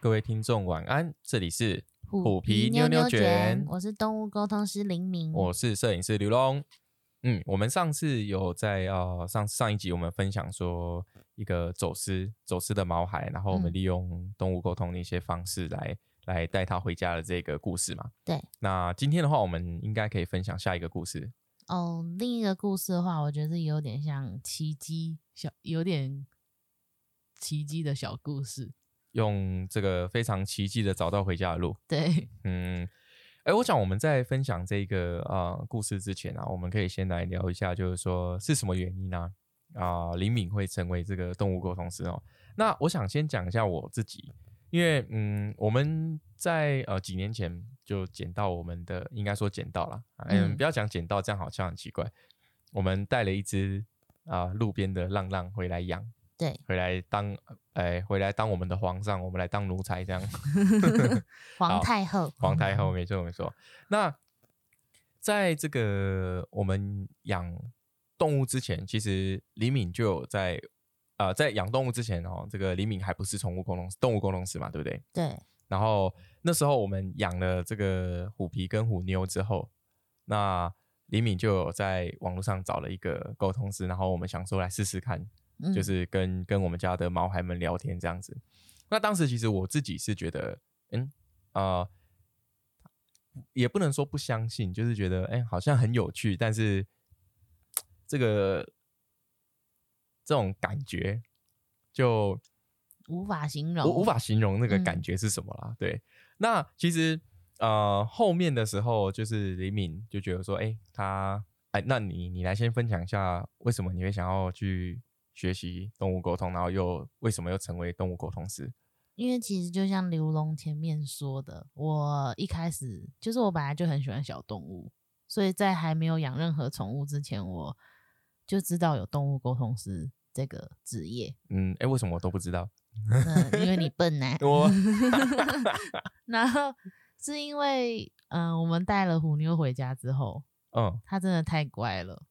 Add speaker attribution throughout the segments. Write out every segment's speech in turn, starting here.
Speaker 1: 各位听众晚安，这里是
Speaker 2: 虎
Speaker 1: 皮
Speaker 2: 皮
Speaker 1: 妞
Speaker 2: 妞
Speaker 1: 妞
Speaker 2: 卷
Speaker 1: 卷，
Speaker 2: 我是动物沟通师林明。
Speaker 1: 我是摄影师刘龙。嗯，我们上次有在呃上上一集我们分享说一个走私走私的毛孩，然后我们
Speaker 2: 嗯
Speaker 1: 利用动物沟通的一些方式来、来带他回家的这个故事嘛。
Speaker 2: 对。
Speaker 1: 那今天的话，我们应该可以分享下一个故事。
Speaker 2: 哦，另一个故事的话，我觉得有点像奇迹小，有点奇迹的小故事。
Speaker 1: 用这个非常奇迹的找到回家的路。
Speaker 2: 对，
Speaker 1: 嗯，哎，我想我们在分享这个啊、呃故事之前啊，我们可以先来聊一下，就是说是什么原因呢、啊？林敏会成为这个动物沟通师哦。那我想先讲一下我自己，因为嗯，我们在呃几年前就捡到我们的，应该说捡到了，嗯，
Speaker 2: 嗯
Speaker 1: 不要讲捡到，这样好像很奇怪。我们带了一只啊、路边的浪浪回来养，
Speaker 2: 对，
Speaker 1: 回来当哎回来当我们的皇上，我们来当奴才这样。
Speaker 2: 皇太后，
Speaker 1: 皇太后，没错没错。那在这个我们养动物之前，其实李敏就有在呃，在养动物之前哦，这个李敏还不是宠物沟通动物沟通师嘛，对不对？
Speaker 2: 对，
Speaker 1: 然后那时候我们养了这个虎皮跟虎妞之后，那李敏就有在网络上找了一个沟通师，然后我们想说来试试看，
Speaker 2: 嗯
Speaker 1: 就是跟跟我们家的毛孩们聊天这样子。那当时其实我自己是觉得，嗯呃，也不能说不相信，就是觉得哎、好像很有趣，但是这个这种感觉就
Speaker 2: 无法形容，
Speaker 1: 我无法形容那个感
Speaker 2: 嗯
Speaker 1: 觉是什么啦。对，那其实呃后面的时候，就是李敏就觉得说，哎、他哎，那你你来先分享一下，为什么你会想要去学习动物沟通，然后又为什么又成为动物沟通师？
Speaker 2: 因为其实就像刘龙前面说的，我一开始就是我本来就很喜欢小动物，所以在还没有养任何宠物之前，我就知道有动物沟通师这个职业。
Speaker 1: 嗯，哎、为什么我都不知道？
Speaker 2: 嗯，因为你笨呐、
Speaker 1: 我
Speaker 2: 然后是因为，嗯、我们带了虎妞回家之后，
Speaker 1: 嗯
Speaker 2: 它真的太乖了，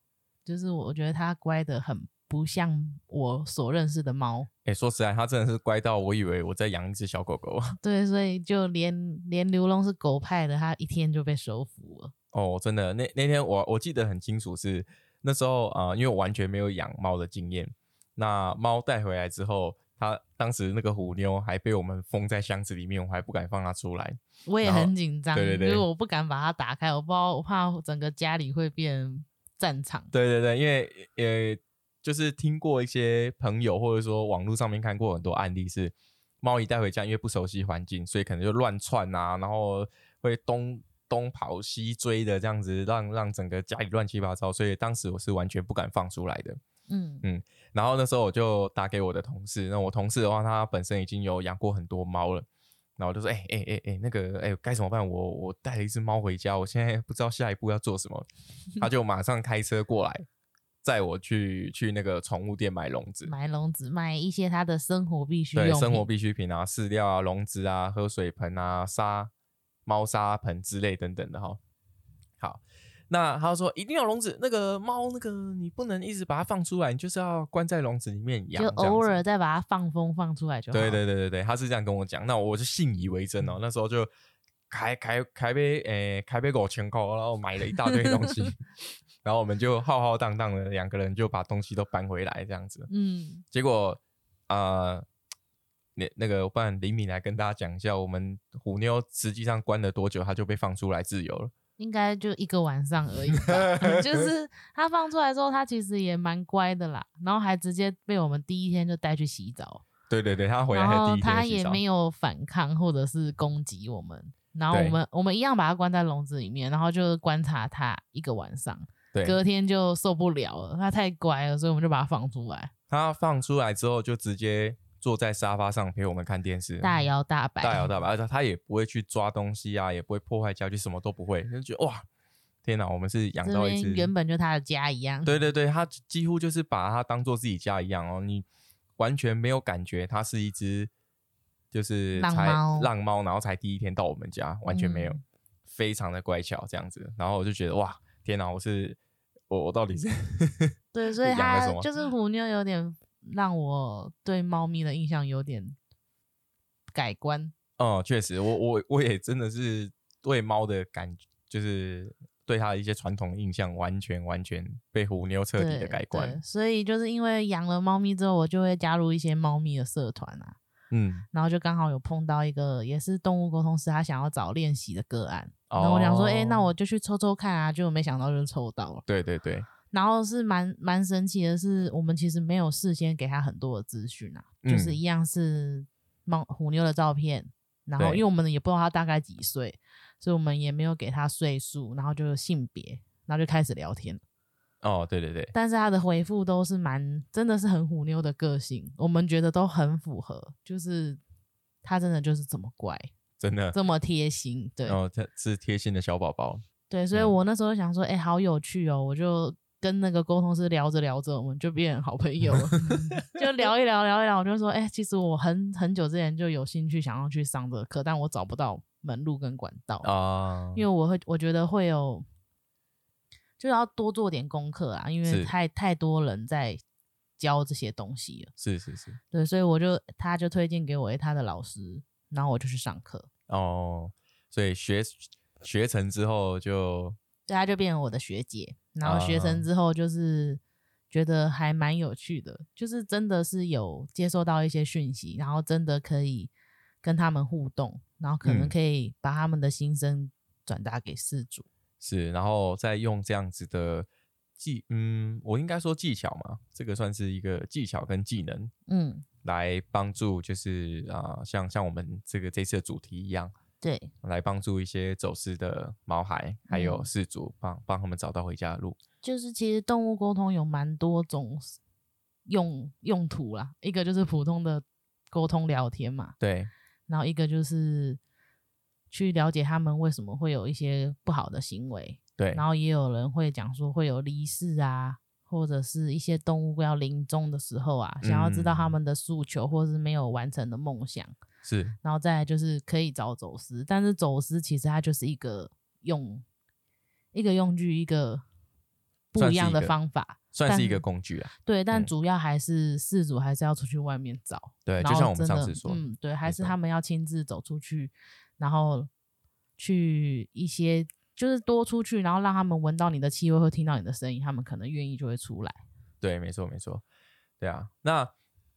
Speaker 2: 就是我觉得它乖的很不像我所认识的猫。
Speaker 1: 哎、说实在，他真的是乖到我以为我在养一只小狗狗
Speaker 2: 对，所以就连连刘龙是狗派的，它一天就被收服了。
Speaker 1: 哦，真的那那天我我记得很清楚是，那时候啊、呃因为我完全没有养猫的经验，那猫带回来之后，它当时那个虎妞还被我们封在箱子里面，我还不敢放它出来。
Speaker 2: 我也
Speaker 1: 然后
Speaker 2: 很紧张，
Speaker 1: 对对对
Speaker 2: 因为我不敢把它打开，我不知道，我怕整个家里会变战场。
Speaker 1: 对对对，因为呃，就是听过一些朋友或者说网络上面看过很多案例是，猫一带回家，因为不熟悉环境，所以可能就乱窜啊，然后会东东跑西追的这样子，让让整个家里乱七八糟。所以当时我是完全不敢放出来的。
Speaker 2: 嗯
Speaker 1: 然后那时候我就打给我的同事，那我同事的话，他本身已经有养过很多猫了，然后我就说，哎哎哎哎，那个哎、该怎么办？我我带了一只猫回家，我现在不知道下一步要做什 么，他就马上开车过来，载我去去那个宠物店买笼子，
Speaker 2: 买笼子，买一些它的生活必需用
Speaker 1: 对，
Speaker 2: 品。
Speaker 1: 生活必需品啊，饲料啊，笼子啊，喝水盆啊，沙猫砂盆之类等等的哈。好，那他说一定要笼子，那个猫那个你不能一直把它放出来，你就是要关在笼子里面养，
Speaker 2: 就
Speaker 1: 这样
Speaker 2: 偶
Speaker 1: 子
Speaker 2: 尔再把它放风放出来就好。嗯
Speaker 1: 对对对对对，他是这样跟我讲，那我就信以为真哦。那时候就开开开杯，诶、开杯狗千块，然后买了一大堆东 西，然后我们就浩浩荡荡的两个人就把东西都搬回来这样子。
Speaker 2: 嗯，
Speaker 1: 结果呃，那那个，不然李敏来跟大家讲一下，我们虎妞实际上关了多久，它就被放出来自由了。
Speaker 2: 应该就一个晚上而已 吧。就是它放出来之后，它其实也蛮乖的啦，然后还直接被我们第一天就带去洗澡，
Speaker 1: 对对对，它回来
Speaker 2: 然
Speaker 1: 的
Speaker 2: 后
Speaker 1: 第一天
Speaker 2: 它
Speaker 1: 洗
Speaker 2: 也
Speaker 1: 澡
Speaker 2: 没有反抗或者是攻击我们。然后
Speaker 1: 对
Speaker 2: 我们我们一样把它关在笼子里面，然后就观察它一个晚上，
Speaker 1: 对，
Speaker 2: 隔天就受不了了，它太乖了，所以我们就把它放出来，
Speaker 1: 它放出来之后就直接坐在沙发上陪我们看电视，
Speaker 2: 大摇大摆，
Speaker 1: 大摇大摆，而且他也不会去抓东西啊，也不会破坏家具，什么都不会，就觉得哇，天哪，我们是养
Speaker 2: 这
Speaker 1: 到一
Speaker 2: 边
Speaker 1: 只，
Speaker 2: 原本就它的家一样。
Speaker 1: 对对对，他几乎就是把它当做自己家一样哦，你完全没有感觉它是一只就是
Speaker 2: 浪
Speaker 1: 才
Speaker 2: 猫
Speaker 1: 浪猫，然后才第一天到我们家，完全没有，
Speaker 2: 嗯
Speaker 1: 非常的乖巧这样子，然后我就觉得哇，天哪，我是我我到底是
Speaker 2: 对，所以
Speaker 1: 养了
Speaker 2: 它
Speaker 1: 什么
Speaker 2: 就是虎妞，有点让我对猫咪的印象有点改观。
Speaker 1: 嗯，确实，我我我也真的是对猫的感觉，就是对它的一些传统印象，完全完全被虎妞彻底的
Speaker 2: 对
Speaker 1: 改
Speaker 2: 对
Speaker 1: 观。
Speaker 2: 所以就是因为养了猫咪之后，我就会加入一些猫咪的社团啊，
Speaker 1: 嗯，
Speaker 2: 然后就刚好有碰到一个也是动物沟通师，他想要找练习的个案，然后我想说，哎、那
Speaker 1: 哦
Speaker 2: 我就去抽抽看啊，结果没想到就抽到了。
Speaker 1: 对对对，
Speaker 2: 然后是蛮蛮神奇的是，我们其实没有事先给他很多的资讯啊，就是
Speaker 1: 嗯
Speaker 2: 一样是猫虎妞的照片，然后因
Speaker 1: 对
Speaker 2: 为我们也不知道他大概几岁，所以我们也没有给他岁数，然后就是性别，然后就开始聊天。
Speaker 1: 哦，对对对，
Speaker 2: 但是他的回复都是蛮，真的是很虎妞的个性，我们觉得都很符合，就是他真的就是这么乖，
Speaker 1: 真的，
Speaker 2: 这么贴心，对、
Speaker 1: 哦，它是贴心的小宝宝。
Speaker 2: 对，所以
Speaker 1: 嗯
Speaker 2: 我那时候就想说，哎、好有趣哦，我就跟那个沟通师聊着聊着，我们就变成好朋 友了，就聊一聊聊一聊，我就说，哎、其实我很很久之前就有兴趣想要去上这个课，但我找不到门路跟管道，
Speaker 1: 啊，
Speaker 2: 哦因为我会我觉得会有，就是要多做点功课啊，因为
Speaker 1: 是
Speaker 2: 太太多人在教这些东西了，
Speaker 1: 是是是，
Speaker 2: 对，所以我就他就推荐给我诶哎他的老师，然后我就去上课，
Speaker 1: 哦，所以学学成之后就
Speaker 2: 对，他就变成我的学姐，然后学成
Speaker 1: 啊
Speaker 2: 之后就是。觉得还蛮有趣的，就是真的是有接收到一些讯息，然后真的可以跟他们互动，然后可能
Speaker 1: 嗯
Speaker 2: 可以把他们的心声转达给事主。
Speaker 1: 是，然后再用这样子的技，嗯，我应该说技巧嘛，这个算是一个技巧跟技能
Speaker 2: 嗯，
Speaker 1: 来帮助，就是啊、像像我们这个这次的主题一样，
Speaker 2: 对，
Speaker 1: 来帮助一些走失的毛孩还有
Speaker 2: 嗯
Speaker 1: 失主，帮帮他们找到回家的路。
Speaker 2: 就是其实动物沟通有蛮多种 s- 用用途啦，一个就是普通的沟通聊天嘛，
Speaker 1: 对，
Speaker 2: 然后一个就是去了解他们为什么会有一些不好的行为，
Speaker 1: 对，
Speaker 2: 然后也有人会讲说会有离世啊，或者是一些动物要临终的时候啊，想要知道他
Speaker 1: 嗯
Speaker 2: 们的诉求或是没有完成的梦想，
Speaker 1: 是，
Speaker 2: 然后再来就是可以找走私，但是走私其实它就是一个用一个用具，一个不
Speaker 1: 算
Speaker 2: 一
Speaker 1: 是
Speaker 2: 样
Speaker 1: 一
Speaker 2: 的
Speaker 1: 个
Speaker 2: 方法。
Speaker 1: 算是一
Speaker 2: 但
Speaker 1: 个工具啊。
Speaker 2: 对，但
Speaker 1: 嗯
Speaker 2: 主要还是事主还是要出去外面找。
Speaker 1: 对，
Speaker 2: 然
Speaker 1: 就像
Speaker 2: 后
Speaker 1: 我们
Speaker 2: 真
Speaker 1: 上
Speaker 2: 的
Speaker 1: 次说，
Speaker 2: 嗯，对，还
Speaker 1: 没
Speaker 2: 是
Speaker 1: 错
Speaker 2: 他们要亲自走出去，然后去一些就是多出去，然后让他们闻到你的气味，或听到你的声音，他们可能愿意就会出来。
Speaker 1: 对，没错，没错，对啊。那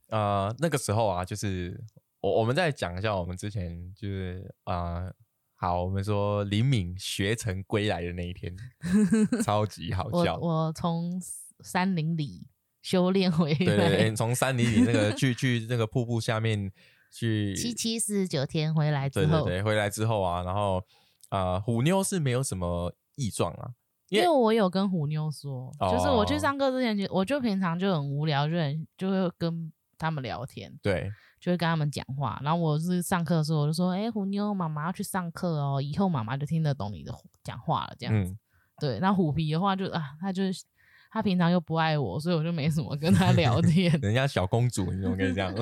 Speaker 1: 呃，那个时候啊，就是我我们再讲一下我们之前就是啊、呃好，我们说林敏学成归来的那一天， 超级好
Speaker 2: 我
Speaker 1: 笑。
Speaker 2: 我从山林里修炼回来，
Speaker 1: 对对哎对，从山里里那个去去那个瀑布下面去，
Speaker 2: 七七四十九天回来之
Speaker 1: 对对
Speaker 2: 后，
Speaker 1: 对，回来之后啊，然后呃，虎妞是没有什么异状啊，因
Speaker 2: 因
Speaker 1: 为
Speaker 2: 为我有跟虎妞说，就是我去
Speaker 1: 哦
Speaker 2: 上课之前，其实我就平常就很无聊，就很就会跟他们聊天，
Speaker 1: 对，
Speaker 2: 就会跟他们讲话。然后我是上课的时候，我就说：“哎、虎妞，妈妈要去上课哦，以后妈妈就听得懂你的讲话了。”这样子。
Speaker 1: 嗯，
Speaker 2: 对，那虎皮的话就啊，他就是他平常又不爱我，所以我就没什么跟他聊天。
Speaker 1: 人家小公主，你怎么可以这样？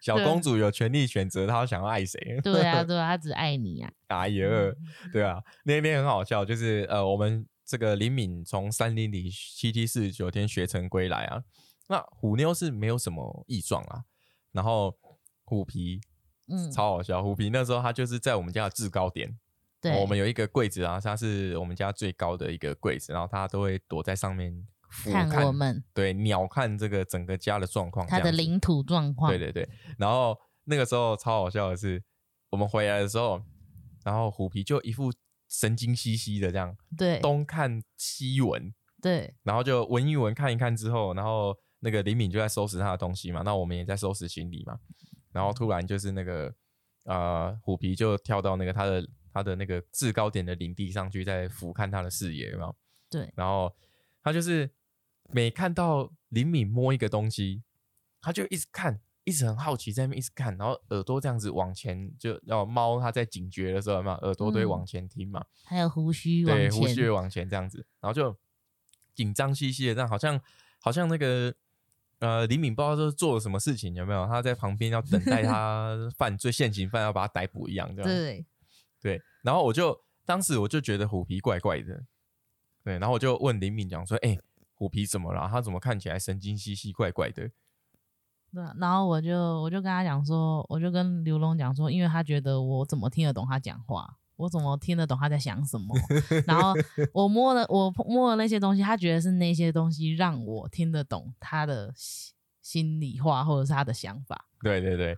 Speaker 1: 小
Speaker 2: 对
Speaker 1: 公主有权利选择她想要爱谁。
Speaker 2: 对 啊，对啊，他只爱你啊。
Speaker 1: 哎呀，对啊，那天很好笑，就是呃，我们这个林敏从三零零七七四十九天学成归来啊，那虎妞是没有什么异状啊，然后虎皮
Speaker 2: 嗯，
Speaker 1: 超好笑，虎皮那时候他就是在我们家的制高点，
Speaker 2: 对，
Speaker 1: 哦我们有一个柜子啊，它是我们家最高的一个柜子，然后他都会躲在上面俯
Speaker 2: 看我们
Speaker 1: 对鸟看这个整个家的状况，
Speaker 2: 他的
Speaker 1: 这样子
Speaker 2: 领土状况。
Speaker 1: 对对对，然后那个时候超好笑的是，我们回来的时候，然后虎皮就一副神经兮兮的这样，
Speaker 2: 对
Speaker 1: 东看西闻，
Speaker 2: 对
Speaker 1: 然后就闻一闻看一看之后，然后那个林敏就在收拾他的东西嘛，那我们也在收拾行李嘛，然后突然就是那个呃虎皮就跳到那个他的他的那个制高点的领地上去，在俯瞰他的视野，有没有？
Speaker 2: 对
Speaker 1: 然后他就是每看到林敏摸一个东西，他就一直看，一直很好奇，在那边一直看，然后耳朵这样子往前，就要猫它在警觉的时候嘛，耳朵都会
Speaker 2: 嗯
Speaker 1: 往前听嘛，
Speaker 2: 还有胡须往
Speaker 1: 对，
Speaker 2: 前，
Speaker 1: 胡须会往前这样子，然后就紧张兮兮的，这样好像好像那个。呃，李敏不知道是做了什么事情，有没有？他在旁边要等待他犯罪现行犯要把他逮捕一样，这样。
Speaker 2: 对，
Speaker 1: 对，然后我就当时我就觉得虎皮怪怪的，对，然后我就问林敏讲说：“哎、虎皮怎么了？他怎么看起来神经兮兮、怪怪的？”
Speaker 2: 对啊，然后我就我就跟他讲说，我就跟刘龙讲说，因为他觉得我怎么听得懂他讲话，我怎么听得懂他在想什么，然后我摸了我摸了那些东西，他觉得是那些东西让我听得懂他的心心里话或者是他的想法，
Speaker 1: 对对对，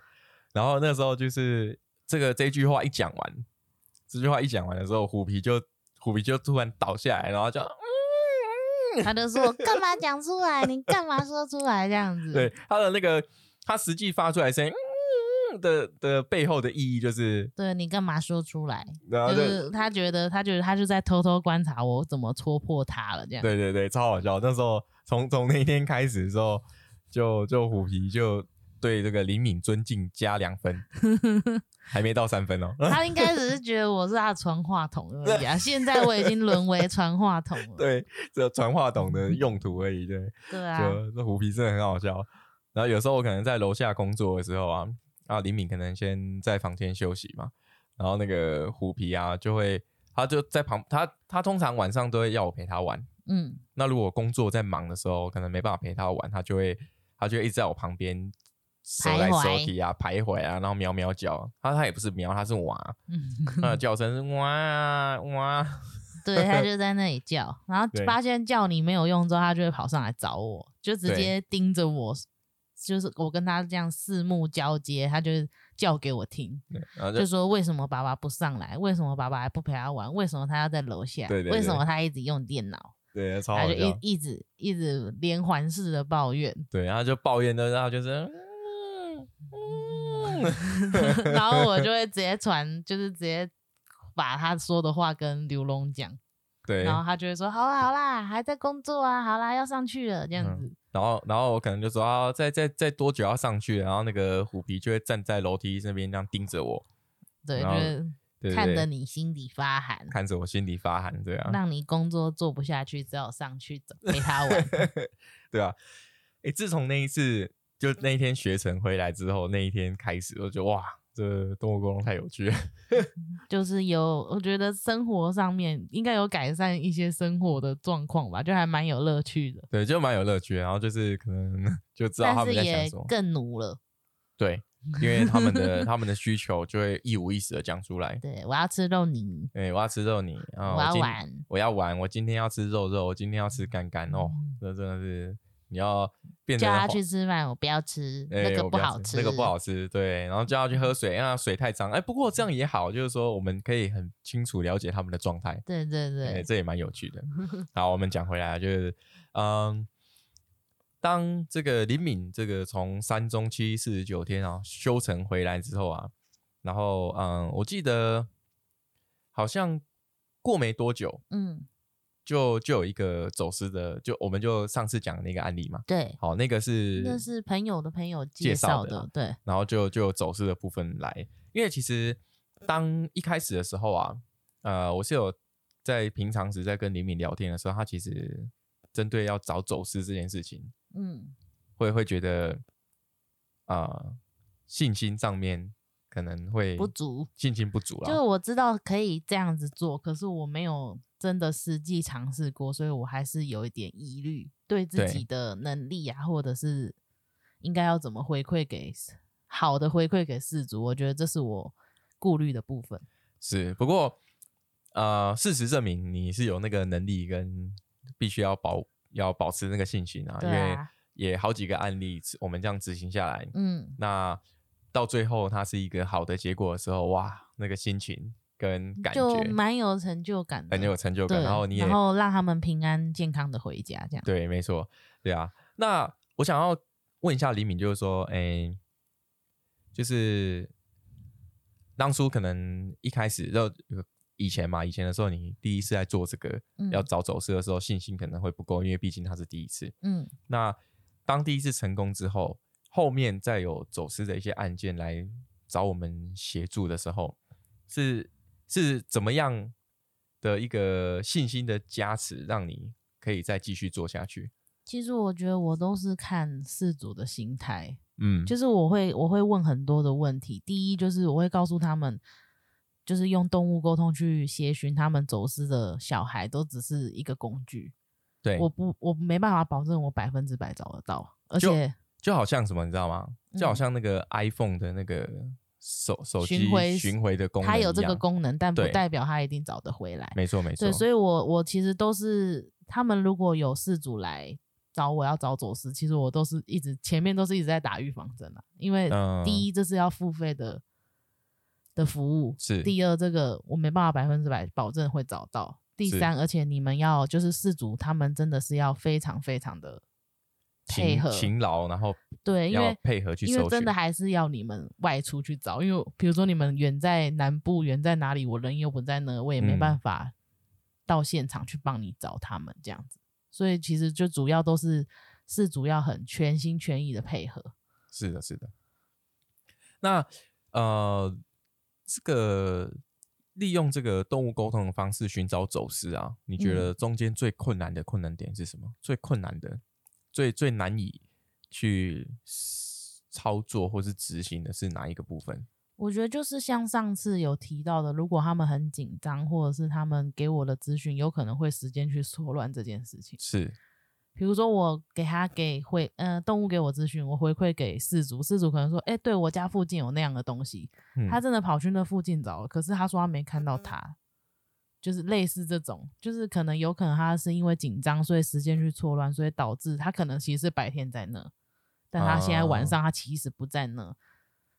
Speaker 1: 然后那时候就是这个这句话一讲完，这句话一讲完的时候，虎皮就虎皮就突然倒下来，然后就嗯
Speaker 2: 他就说干嘛讲出来，你干嘛说出来这样子，
Speaker 1: 对他的那个他实际发出来的声音嗯的的背后的意义就是，
Speaker 2: 对你干嘛说出来，
Speaker 1: 然后
Speaker 2: 就
Speaker 1: 就是
Speaker 2: 他觉得他觉得他就在偷偷观察我怎么戳破他了这样，
Speaker 1: 对对对，超好笑。那时候从从那一天开始之后，就就虎皮就对这个李敏尊敬加两分，还没到三分哦。
Speaker 2: 他应该只是觉得我是他的传话筒而已啊。现在我已经沦为传话筒了。
Speaker 1: 对，只有传话筒的用途而已。对，
Speaker 2: 对啊，
Speaker 1: 就这虎皮真的很好笑。然后有时候我可能在楼下工作的时候啊，啊，李敏可能先在房间休息嘛，然后那个虎皮啊就会，他就在旁，他他通常晚上都会要我陪他玩。
Speaker 2: 嗯，
Speaker 1: 那如果工作在忙的时候，可能没办法陪他玩，他就会他就会一直在我旁边手来手去啊，徘徊啊，然后喵喵叫。他他也不是喵，他是 哇，
Speaker 2: 嗯，
Speaker 1: 他的叫声是哇啊哇啊。
Speaker 2: 对他就在那里叫，然后
Speaker 1: 对
Speaker 2: 发现叫你没有用之后，他就会跑上来找我，就直接盯着我，就是我跟他这样四目交接，他就叫给我听，
Speaker 1: 对然后就
Speaker 2: 就说为什么爸爸不上来，为什么爸爸还不陪他玩，为什么他要在楼下，
Speaker 1: 对对对
Speaker 2: 为什么他一直用电脑，
Speaker 1: 对，超
Speaker 2: 他
Speaker 1: 好
Speaker 2: 就一
Speaker 1: 笑。
Speaker 2: 一直一直连环式的抱怨。
Speaker 1: 对，然后就抱怨的，然后就是嗯嗯
Speaker 2: 然后我就会直接传，就是直接把他说的话跟刘龙讲，
Speaker 1: 对，
Speaker 2: 然后他就会说：“好啦，好啦，还在工作啊，好啦，要上去了。”这样
Speaker 1: 嗯
Speaker 2: 子，
Speaker 1: 然后，然后我可能就说啊，再再再多久要上去？然后那个虎皮就会站在楼梯那边这样盯着我，
Speaker 2: 对，
Speaker 1: 然后
Speaker 2: 就是
Speaker 1: 对对啊
Speaker 2: 看着
Speaker 1: 对
Speaker 2: 你心里发寒，
Speaker 1: 看着我心里发寒，对啊，
Speaker 2: 让你工作做不下去，只好上去找陪他 玩。
Speaker 1: 对啊。诶，自从那一次，就那一天学成回来之后，那一天开始，我就觉得哇，这动物沟通太有趣了。
Speaker 2: 就是有，我觉得生活上面应该有改善一些生活的状况吧，就还蛮有乐趣的，
Speaker 1: 对，就蛮有乐趣的。然后就是可能就知道他
Speaker 2: 但
Speaker 1: 们
Speaker 2: 是
Speaker 1: 在想
Speaker 2: 也
Speaker 1: 什么，
Speaker 2: 更奴了。
Speaker 1: 对，因为他们的他们的需求就会一五一十的讲出来。
Speaker 2: 对，我要吃肉泥，
Speaker 1: 哎，我要吃肉泥啊！
Speaker 2: 我要
Speaker 1: 今
Speaker 2: 玩
Speaker 1: 我要玩，我今天要吃肉肉，我今天要吃干干哦
Speaker 2: 嗯，
Speaker 1: 这真的是你要变成
Speaker 2: 叫他
Speaker 1: 好
Speaker 2: 去吃饭，我不要吃，
Speaker 1: 哎
Speaker 2: 那个
Speaker 1: 我
Speaker 2: 不
Speaker 1: 要
Speaker 2: 好吃，
Speaker 1: 那个不好吃，对，然后叫他去喝水，啊，水太脏，哎，不过这样也好，就是说我们可以很清楚了解他们的状态，
Speaker 2: 对对
Speaker 1: 哎，
Speaker 2: 对，
Speaker 1: 这也蛮有 趣的。好，我们讲回来，就是嗯，当这个林敏这个从山中七四十九天啊修成回来之后啊，然后嗯，我记得好像过没多久，
Speaker 2: 嗯，
Speaker 1: 就就有一个走私的，就我们就上次讲的那个案例嘛，
Speaker 2: 对，
Speaker 1: 好，那个是
Speaker 2: 那是朋友的朋友
Speaker 1: 介
Speaker 2: 介
Speaker 1: 绍
Speaker 2: 绍
Speaker 1: 的
Speaker 2: 的，
Speaker 1: 啊
Speaker 2: 对，
Speaker 1: 然后就就有走势的部分来。因为其实当一开始的时候啊，呃，我是有在平常时在跟李敏聊天的时候，他其实针对要找走势这件事情，
Speaker 2: 嗯，
Speaker 1: 会会觉得啊、呃信心上面可能会
Speaker 2: 不足，
Speaker 1: 信心不足
Speaker 2: 就是
Speaker 1: 啦。
Speaker 2: 我知道可以这样子做，可是我没有真的实际尝试过，所以我还是有一点疑虑，对自
Speaker 1: 对
Speaker 2: 己的能力啊，或者是应该要怎么回馈给好的回馈给事主，我觉得这是我顾虑的部分。
Speaker 1: 是，不过呃，事实证明你是有那个能力跟必须要保要保持那个信心啊，因
Speaker 2: 对
Speaker 1: 为
Speaker 2: 啊，
Speaker 1: 也好几个案例，我们这样执行下来，
Speaker 2: 嗯，
Speaker 1: 那到最后它是一个好的结果的时候，哇，那个心情跟感
Speaker 2: 就
Speaker 1: 觉
Speaker 2: 蛮有成就感的，
Speaker 1: 很有成就感，
Speaker 2: 对，
Speaker 1: 然后你也
Speaker 2: 然后让他们平安健康的回家，这样。
Speaker 1: 对，没错，对啊。那我想要问一下李敏，就是说，哎、就是当初可能一开始就以前嘛，以前的时候，你第一次在做这个、
Speaker 2: 嗯
Speaker 1: 要找走势的时候，信心可能会不够，因为毕竟它是第一次。
Speaker 2: 嗯，
Speaker 1: 那当第一次成功之后，后面再有走私的一些案件来找我们协助的时候，是是怎么样的一个信心的加持，让你可以再继续做下去？
Speaker 2: 其实我觉得我都是看事主的心态，
Speaker 1: 嗯，
Speaker 2: 就是我会我会问很多的问题。第一就是我会告诉他们，就是用动物沟通去协寻他们走失的小孩，都只是一个工具。
Speaker 1: 对，
Speaker 2: 我不我没办法保证我百分之百找得到，而
Speaker 1: 就
Speaker 2: 且
Speaker 1: 就好像什么，你知道吗？就好
Speaker 2: 嗯
Speaker 1: 像那个 iPhone 的那个手手
Speaker 2: 巡
Speaker 1: 机
Speaker 2: 回
Speaker 1: 巡回的功能，
Speaker 2: 它有这个，功能，但不
Speaker 1: 对
Speaker 2: 代表它一定找得回来。
Speaker 1: 没错没错
Speaker 2: 对，，所以我我其实都是他们如果有事主来找我要找走私，其实我都是一直前面都是一直在打预防针啊，因为
Speaker 1: 嗯
Speaker 2: 第一这是要付费的的服务，
Speaker 1: 是
Speaker 2: 第二这个我没办法百分之百保证会找到，第
Speaker 1: 是
Speaker 2: 三而且你们要就是事主他们真的是要非常非常的配
Speaker 1: 勤
Speaker 2: 合
Speaker 1: 勤劳，然后
Speaker 2: 对，因
Speaker 1: 要
Speaker 2: 为。
Speaker 1: 配合去
Speaker 2: 因
Speaker 1: 搜
Speaker 2: 为
Speaker 1: 寻，
Speaker 2: 真的还是要你们外出去找，因为比如说你们远在南部，远在哪里，我人又不在那，我也没
Speaker 1: 嗯
Speaker 2: 办法到现场去帮你找他们这样子。所以其实就主要都是是主要很全心全意的配合。
Speaker 1: 是的，是的。那呃，这个利用这个动物沟通的方式寻找走私啊，你觉
Speaker 2: 嗯
Speaker 1: 得中间最困难的困难点是什么？最困难的、最最难以去 s- 操作或是执行的是哪一个部分？
Speaker 2: 我觉得就是像上次有提到的，如果他们很紧张，或者是他们给我的资讯，有可能会时间去错乱这件事情。
Speaker 1: 是
Speaker 2: 比如说我给他给回呃动物给我资讯，我回馈给事主，事主可能说，哎、对我家附近有那样的东西，
Speaker 1: 嗯
Speaker 2: 他真的跑去那附近找了，可是他说他没看到他，就是类似这种，就是可能有可能他是因为紧张，所以时间去错乱，所以导致他可能其实是白天在那，但他现在晚上他其实不在那，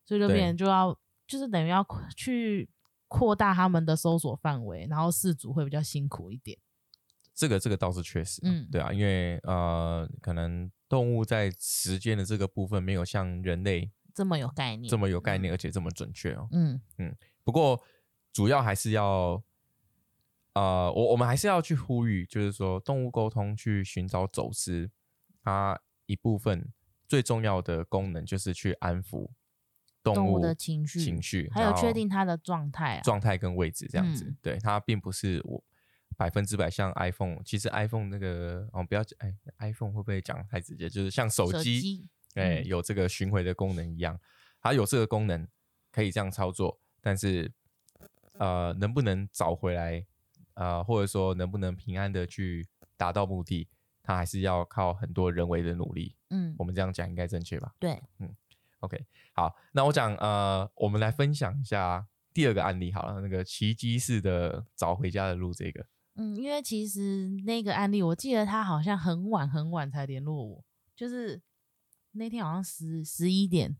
Speaker 2: 所以就
Speaker 1: 哦对
Speaker 2: 变成就要就是等于要去扩大他们的搜索范围，然后事主会比较辛苦一点。
Speaker 1: 这个这个倒是确实啊，
Speaker 2: 嗯
Speaker 1: 对啊，因为呃，可能动物在时间的这个部分没有像人类
Speaker 2: 这么有概念，
Speaker 1: 这么有概念，而且这么准确哦。
Speaker 2: 嗯，
Speaker 1: 不过主要还是要，呃，我我们还是要去呼吁，就是说动物沟通去寻找走私，它一部分最重要的功能就是去安抚动物
Speaker 2: 动物的情绪
Speaker 1: 情绪，
Speaker 2: 还有
Speaker 1: 然后
Speaker 2: 确定它的状态啊
Speaker 1: 状态跟位置这样子。
Speaker 2: 嗯
Speaker 1: 对，它并不是我。百分之百像 iPhone，其实 iPhone 那个哦，不要哎，iPhone 会不会讲太直接？就是像手
Speaker 2: 手
Speaker 1: 机，
Speaker 2: 机
Speaker 1: 哎、
Speaker 2: 嗯
Speaker 1: 有这个巡回的功能一样，它有这个功能可以这样操作，但是呃，能不能找回来，呃，或者说能不能平安的去达到目的，它还是要靠很多人为的努力。
Speaker 2: 嗯
Speaker 1: 我，们这样讲应该正确吧
Speaker 2: 对，
Speaker 1: ？OK，好，那我讲呃，我们来分享一下第二个案例好了，那个奇迹式的找回家的路这个，
Speaker 2: 嗯，因为其实那个案例，我记得他好像很晚很晚才联络我，就是那天好像十十一点，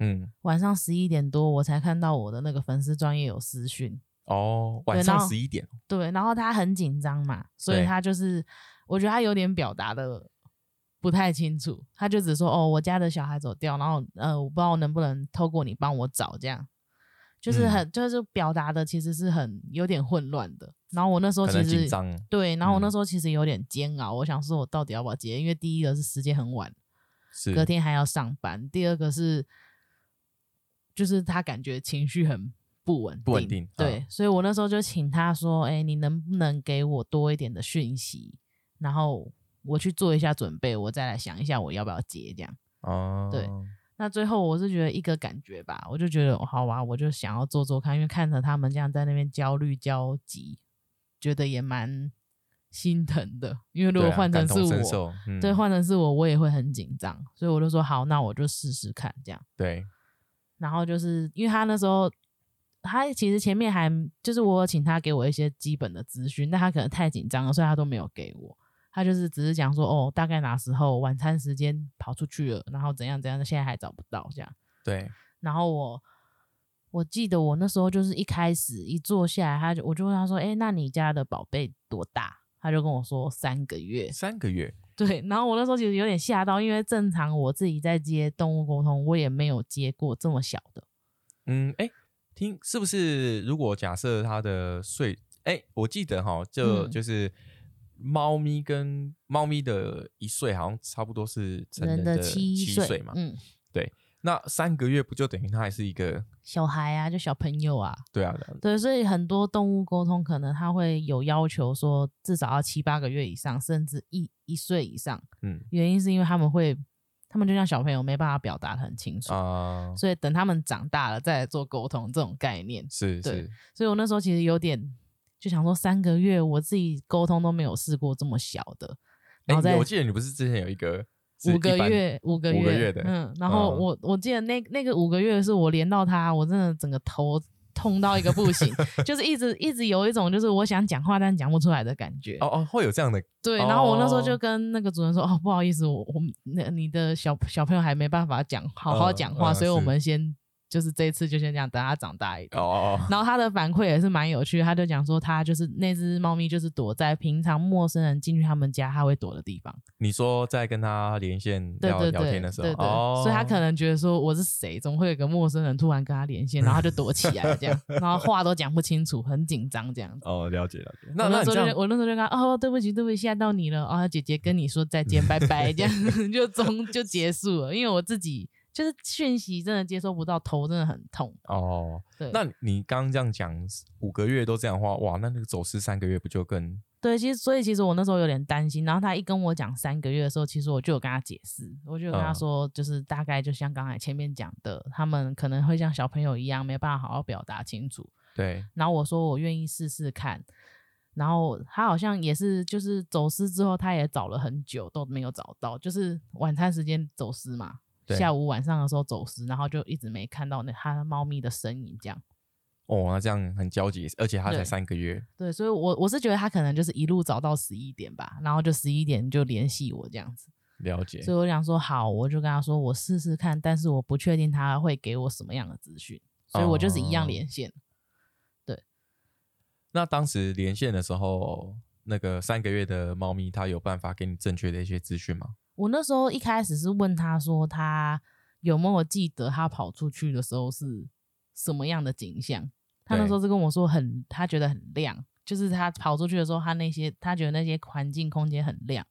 Speaker 1: 嗯，
Speaker 2: 晚上十一点多我才看到我的那个粉丝专业有私讯，
Speaker 1: 哦，晚
Speaker 2: 对
Speaker 1: 上
Speaker 2: 然后
Speaker 1: 十一点，
Speaker 2: 对，然后他很紧张嘛，所以
Speaker 1: 对
Speaker 2: 他就是，我觉得他有点表达的不太清楚，他就只说哦，我家的小孩走掉，然后呃，我不知道能不能透过你帮我找，这样，就是
Speaker 1: 嗯
Speaker 2: 很、就是表达的其实是很有点混乱的。然后我那时候
Speaker 1: 可
Speaker 2: 其
Speaker 1: 能紧
Speaker 2: 实
Speaker 1: 张，
Speaker 2: 对，然后我那
Speaker 1: 嗯
Speaker 2: 时候其实有点煎熬，我想说我到底要不要接，因为第一个是时间很晚，
Speaker 1: 是
Speaker 2: 隔天还要上班，第二个是就是他感觉情绪很不稳定，
Speaker 1: 不稳定嗯
Speaker 2: 对，所以我那时候就请他说：“哎、你能不能给我多一点的讯息，然后我去做一下准备，我再来想一下我要不要接这样。”
Speaker 1: 哦，
Speaker 2: 对那最后我是觉得一个感觉吧，我就觉得、哦好啊，我就想要做做看，因为看着他们这样在那边焦虑焦急，觉得也蛮心疼的。因为如
Speaker 1: 对
Speaker 2: 果
Speaker 1: 啊
Speaker 2: 换成
Speaker 1: 感
Speaker 2: 是
Speaker 1: 同身
Speaker 2: 我，
Speaker 1: 受嗯
Speaker 2: 对，换成是我，我也会很紧张，所以我就说好，那我就试试看这样。
Speaker 1: 对，
Speaker 2: 然后就是因为他那时候，他其实前面还就是我有请他给我一些基本的资讯，但他可能太紧张了，所以他都没有给我。他就是只是讲说，哦，大概哪时候晚餐时间跑出去了，然后怎样怎样，现在还找不到这样。
Speaker 1: 对，
Speaker 2: 然后我我记得我那时候就是一开始一坐下来，他就我就问他说，哎、那你家的宝贝多大？他就跟我说三个月，
Speaker 1: 三个月，
Speaker 2: 对，然后我那时候其实有点吓到，因为正常我自己在接动物沟通，我也没有接过这么小的。
Speaker 1: 嗯，哎，听是不是？如果假设它的睡，哎，我记得哈，就、
Speaker 2: 嗯
Speaker 1: 就是猫咪跟猫咪的一岁，好像差不多是成人
Speaker 2: 的
Speaker 1: 七
Speaker 2: 岁
Speaker 1: 嘛。
Speaker 2: 嗯，
Speaker 1: 那三个月不就等于它还是一个？
Speaker 2: 小孩啊，就小朋友啊，
Speaker 1: 对啊，对啊
Speaker 2: 对，所以很多动物沟通可能它会有要求说至少要七八个月以上，甚至一一岁以上。
Speaker 1: 嗯
Speaker 2: 原因是因为他们会，他们就像小朋友没办法表达的很清楚，
Speaker 1: 啊、
Speaker 2: 所以等他们长大了再来做沟通这种概念。
Speaker 1: 是
Speaker 2: 对
Speaker 1: 是，
Speaker 2: 所以我那时候其实有点就想说，三个月我自己沟通都没有试过这么小的，然后再
Speaker 1: 哎，我记得你不是之前有一个。是
Speaker 2: 五
Speaker 1: 一
Speaker 2: 个
Speaker 1: 般
Speaker 2: 月，五个
Speaker 1: 五
Speaker 2: 月，
Speaker 1: 个月的
Speaker 2: 嗯，然后
Speaker 1: 嗯
Speaker 2: 我、我记得那那个五个月是我连到他，我真的整个头痛到一个不 行，就是一直一直有一种就是我想讲话但讲不出来的感觉。
Speaker 1: 哦哦，会有这样的
Speaker 2: 对，然后我那时候就
Speaker 1: 哦
Speaker 2: 跟那个主任说，哦，不好意思，我我们那你的小小朋友还没办法讲好好
Speaker 1: 嗯
Speaker 2: 讲话，
Speaker 1: 嗯
Speaker 2: 所以我
Speaker 1: 是
Speaker 2: 们先就是这一次就先这样，等他长大一点。
Speaker 1: 哦哦
Speaker 2: 然后他的反馈也是蛮有趣的，他就讲说，他就是那只猫咪，就是躲在平常陌生人进去他们家，它会躲的地方。
Speaker 1: 你说在跟他连线
Speaker 2: 对
Speaker 1: 聊
Speaker 2: 对
Speaker 1: 聊
Speaker 2: 对，
Speaker 1: 天的时候，
Speaker 2: 对对
Speaker 1: 哦，
Speaker 2: 所以他可能觉得说我是谁，总会有个陌生人突然跟他连线，然后他就躲起 来这样，然后话都讲不清楚，很紧张这样子。
Speaker 1: 哦了解了解。
Speaker 2: 我
Speaker 1: 那那你
Speaker 2: 时
Speaker 1: 这
Speaker 2: 候就
Speaker 1: 样
Speaker 2: 我那时候就跟他哦，对不起，对不起，吓到你了哦，姐姐跟你说再见，拜拜，这 样就终就结束了。因为我自己就是讯息真的接收不到，头真的很痛。
Speaker 1: 哦，
Speaker 2: 对，
Speaker 1: 那你刚刚这样讲五个月都这样的话，哇，那那个走失三个月不就更
Speaker 2: 对，其实所以其实我那时候有点担心，然后他一跟我讲三个月的时候，其实我就有跟他解释，我就有跟他
Speaker 1: 嗯
Speaker 2: 说，就是大概就像刚才前面讲的，他们可能会像小朋友一样，没办法好好表达清楚。
Speaker 1: 对？
Speaker 2: 然后我说我愿意试试看，然后他好像也是就是走失之后，他也找了很久都没有找到，就是晚餐时间走失嘛，
Speaker 1: 对
Speaker 2: 下午晚上的时候走失，然后就一直没看到那他猫咪的身影这样。
Speaker 1: 哦，那这样很焦急，而且他
Speaker 2: 对
Speaker 1: 才三个月，
Speaker 2: 对，所以我我是觉得他可能就是一路找到十一点吧，然后就十一点就联系我这样子，
Speaker 1: 了解
Speaker 2: 所以我想说好，我就跟他说我试试看，但是我不确定他会给我什么样的资讯，所以我就是一样
Speaker 1: 哦
Speaker 2: 连线。
Speaker 1: 那当时连线的时候，那个三个月的猫咪，它有办法给你正确的一些资讯吗？
Speaker 2: 我那时候一开始是问他说他有没有记得他跑出去的时候是什么样的景象，他那
Speaker 1: 对
Speaker 2: 时候是跟我说很他觉得很亮，就是他跑出去的时候，他那些他觉得那些环境空间很亮，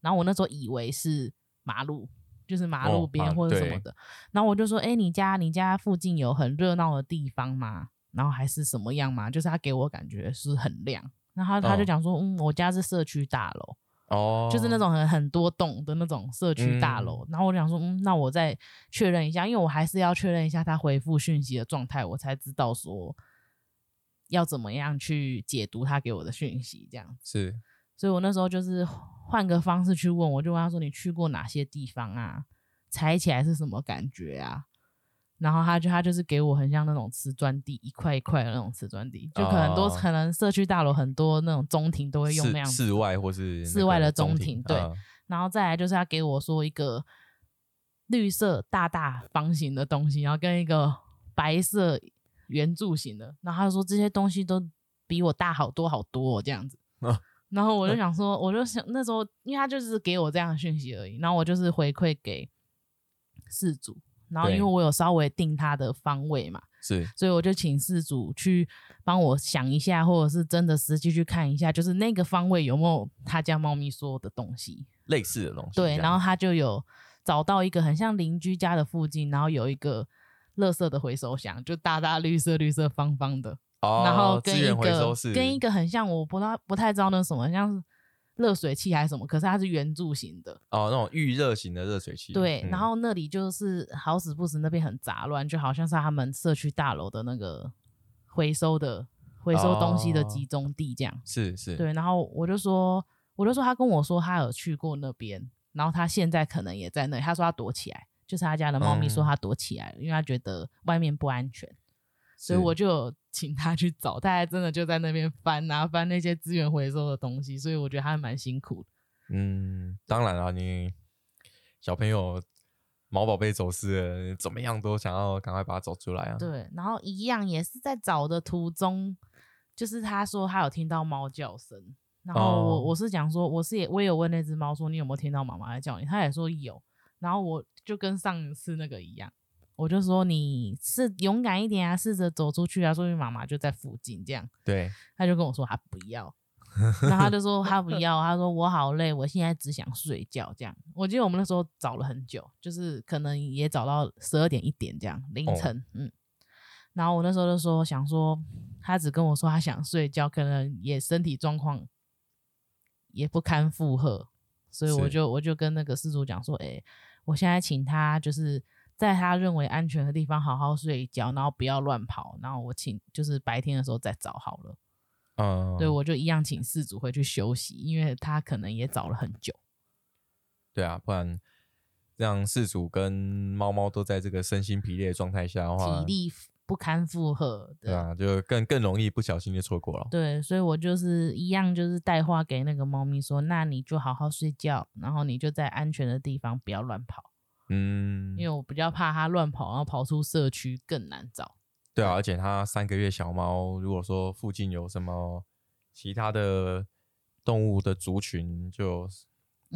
Speaker 2: 然后我那时候以为是马路。就是马路
Speaker 1: 哦
Speaker 2: 边
Speaker 1: 马
Speaker 2: 或者什么
Speaker 1: 对
Speaker 2: 的，然后我就说：“哎、你家你家附近有很热闹的地方吗？然后还是什么样吗？”就是他给我感觉是很亮，然后他他就
Speaker 1: 哦
Speaker 2: 讲说：“嗯，我家是社区大楼。”
Speaker 1: 哦，
Speaker 2: 就是那种很很多栋的那种社区大楼。然后我就想说，嗯，那我再确认一下，因为我还是要确认一下他回复讯息的状态，我才知道说要怎么样去解读他给我的讯息这样。
Speaker 1: 是
Speaker 2: 所以我那时候就是换个方式去问，我就问他说：“你去过哪些地方啊？踩起来是什么感觉啊？”然后他就他就是给我很像那种瓷砖地，一块一块的那种瓷砖地，就可能多、
Speaker 1: 哦
Speaker 2: 可能社区大楼很多那种中庭都会用那
Speaker 1: 室
Speaker 2: 样子
Speaker 1: 室外或是
Speaker 2: 室
Speaker 1: 那
Speaker 2: 外
Speaker 1: 个
Speaker 2: 的中
Speaker 1: 中
Speaker 2: 庭对
Speaker 1: 嗯
Speaker 2: 然后再来就是他给我说一个绿色大大方形的东西，然后跟一个白色圆柱形的，然后他说这些东西都比我大好多好多、哦、这样子。
Speaker 1: 啊
Speaker 2: 然后我就想说，我就想那时候，因为他就是给我这样的讯息而已，然后我就是回馈给事主，然后因为
Speaker 1: 对
Speaker 2: 我有稍微定他的方位嘛，
Speaker 1: 是
Speaker 2: 所以我就请事主去帮我想一下，或者是真的实际去看一下，就是那个方位有没有他家猫咪说的东西。
Speaker 1: 类似的东西这样。
Speaker 2: 对，然后他就有找到一个很像邻居家的附近，然后有一个垃圾的回收箱，就大大绿色、绿色方方的，
Speaker 1: 哦
Speaker 2: 然后跟
Speaker 1: 资
Speaker 2: 一
Speaker 1: 源回收
Speaker 2: 个
Speaker 1: 是
Speaker 2: 跟一个很像，我不知道不太知道那是什么，很像是热水器还是什么，可是它是圆柱形的，
Speaker 1: 哦那种预热型的热水器，
Speaker 2: 对，
Speaker 1: 嗯
Speaker 2: 然后那里就是好死不死那边很杂乱，就好像是他们社区大楼的那个回收的回收东西的
Speaker 1: 哦
Speaker 2: 集中地这样。
Speaker 1: 是是
Speaker 2: 对，然后我就说，我就说他跟我说他有去过那边，然后他现在可能也在那里。他说他躲起来，就是他家的猫咪说
Speaker 1: 嗯
Speaker 2: 他躲起来了，因为他觉得外面不安全，所以
Speaker 1: 是
Speaker 2: 我就有请他去找。他还真的就在那边翻啊翻那些资源回收的东西，所以我觉得他还蛮辛苦的。
Speaker 1: 嗯，当然了，你小朋友毛宝贝走失了，怎么样都想要赶快把它找出来啊。
Speaker 2: 对，然后一样也是在找的途中，就是他说他有听到猫叫声。然后我、
Speaker 1: 哦
Speaker 2: 我是讲说，我是也我也有问那只猫说你有没有听到妈妈在叫你，它也说有。然后我就跟上一次那个一样，我就说你是勇敢一点啊，试着走出去啊，说明妈妈就在附近这样。
Speaker 1: 对，
Speaker 2: 他就跟我说他不 要，然后他就说他不要，他说我好累，我现在只想睡觉。这样，我记得我们那时候找了很久，就是可能也找到十二点一点这样凌
Speaker 1: 哦
Speaker 2: 晨，嗯。然后我那时候就说想说，他只跟我说他想睡觉，可能也身体状况也不堪负荷，所以我
Speaker 1: 是
Speaker 2: 就我就跟那个事主讲说，哎、我现在请他就是在他认为安全的地方好好睡一觉，然后不要乱跑，然后我请就是白天的时候再找好了。
Speaker 1: 嗯，
Speaker 2: 对，我就一样请事主回去休息，因为他可能也找了很久。
Speaker 1: 对啊，不然让事主跟猫猫都在这个身心疲累的状态下的话
Speaker 2: 体，力不堪负荷
Speaker 1: 对
Speaker 2: 的。
Speaker 1: 啊，就更更容易不小心就错过了。
Speaker 2: 对，所以我就是一样，就是带话给那个猫咪说，那你就好好睡觉，然后你就在安全的地方，不要乱跑，
Speaker 1: 嗯
Speaker 2: 因，为我比较怕它乱跑，然后跑出社区更难找。
Speaker 1: 对啊，而且它三个月小猫，如果说附近有什么其他的动物的族群，就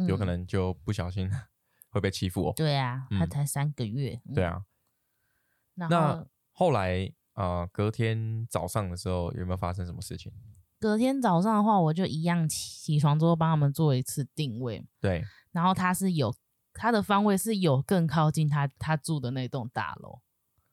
Speaker 1: 有可
Speaker 2: 嗯
Speaker 1: 能就不小心 会被欺负哦。
Speaker 2: 对啊，它
Speaker 1: 嗯
Speaker 2: 才三个月。嗯
Speaker 1: 对，啊，
Speaker 2: 然
Speaker 1: 那
Speaker 2: 后
Speaker 1: 后来呃，隔天早上的时候有没有发生什么事情？
Speaker 2: 隔天早上的话，我就一样起起床之后帮他们做一次定位，
Speaker 1: 对，
Speaker 2: 然后它是有它的方位是有更靠近它它住的那栋大楼。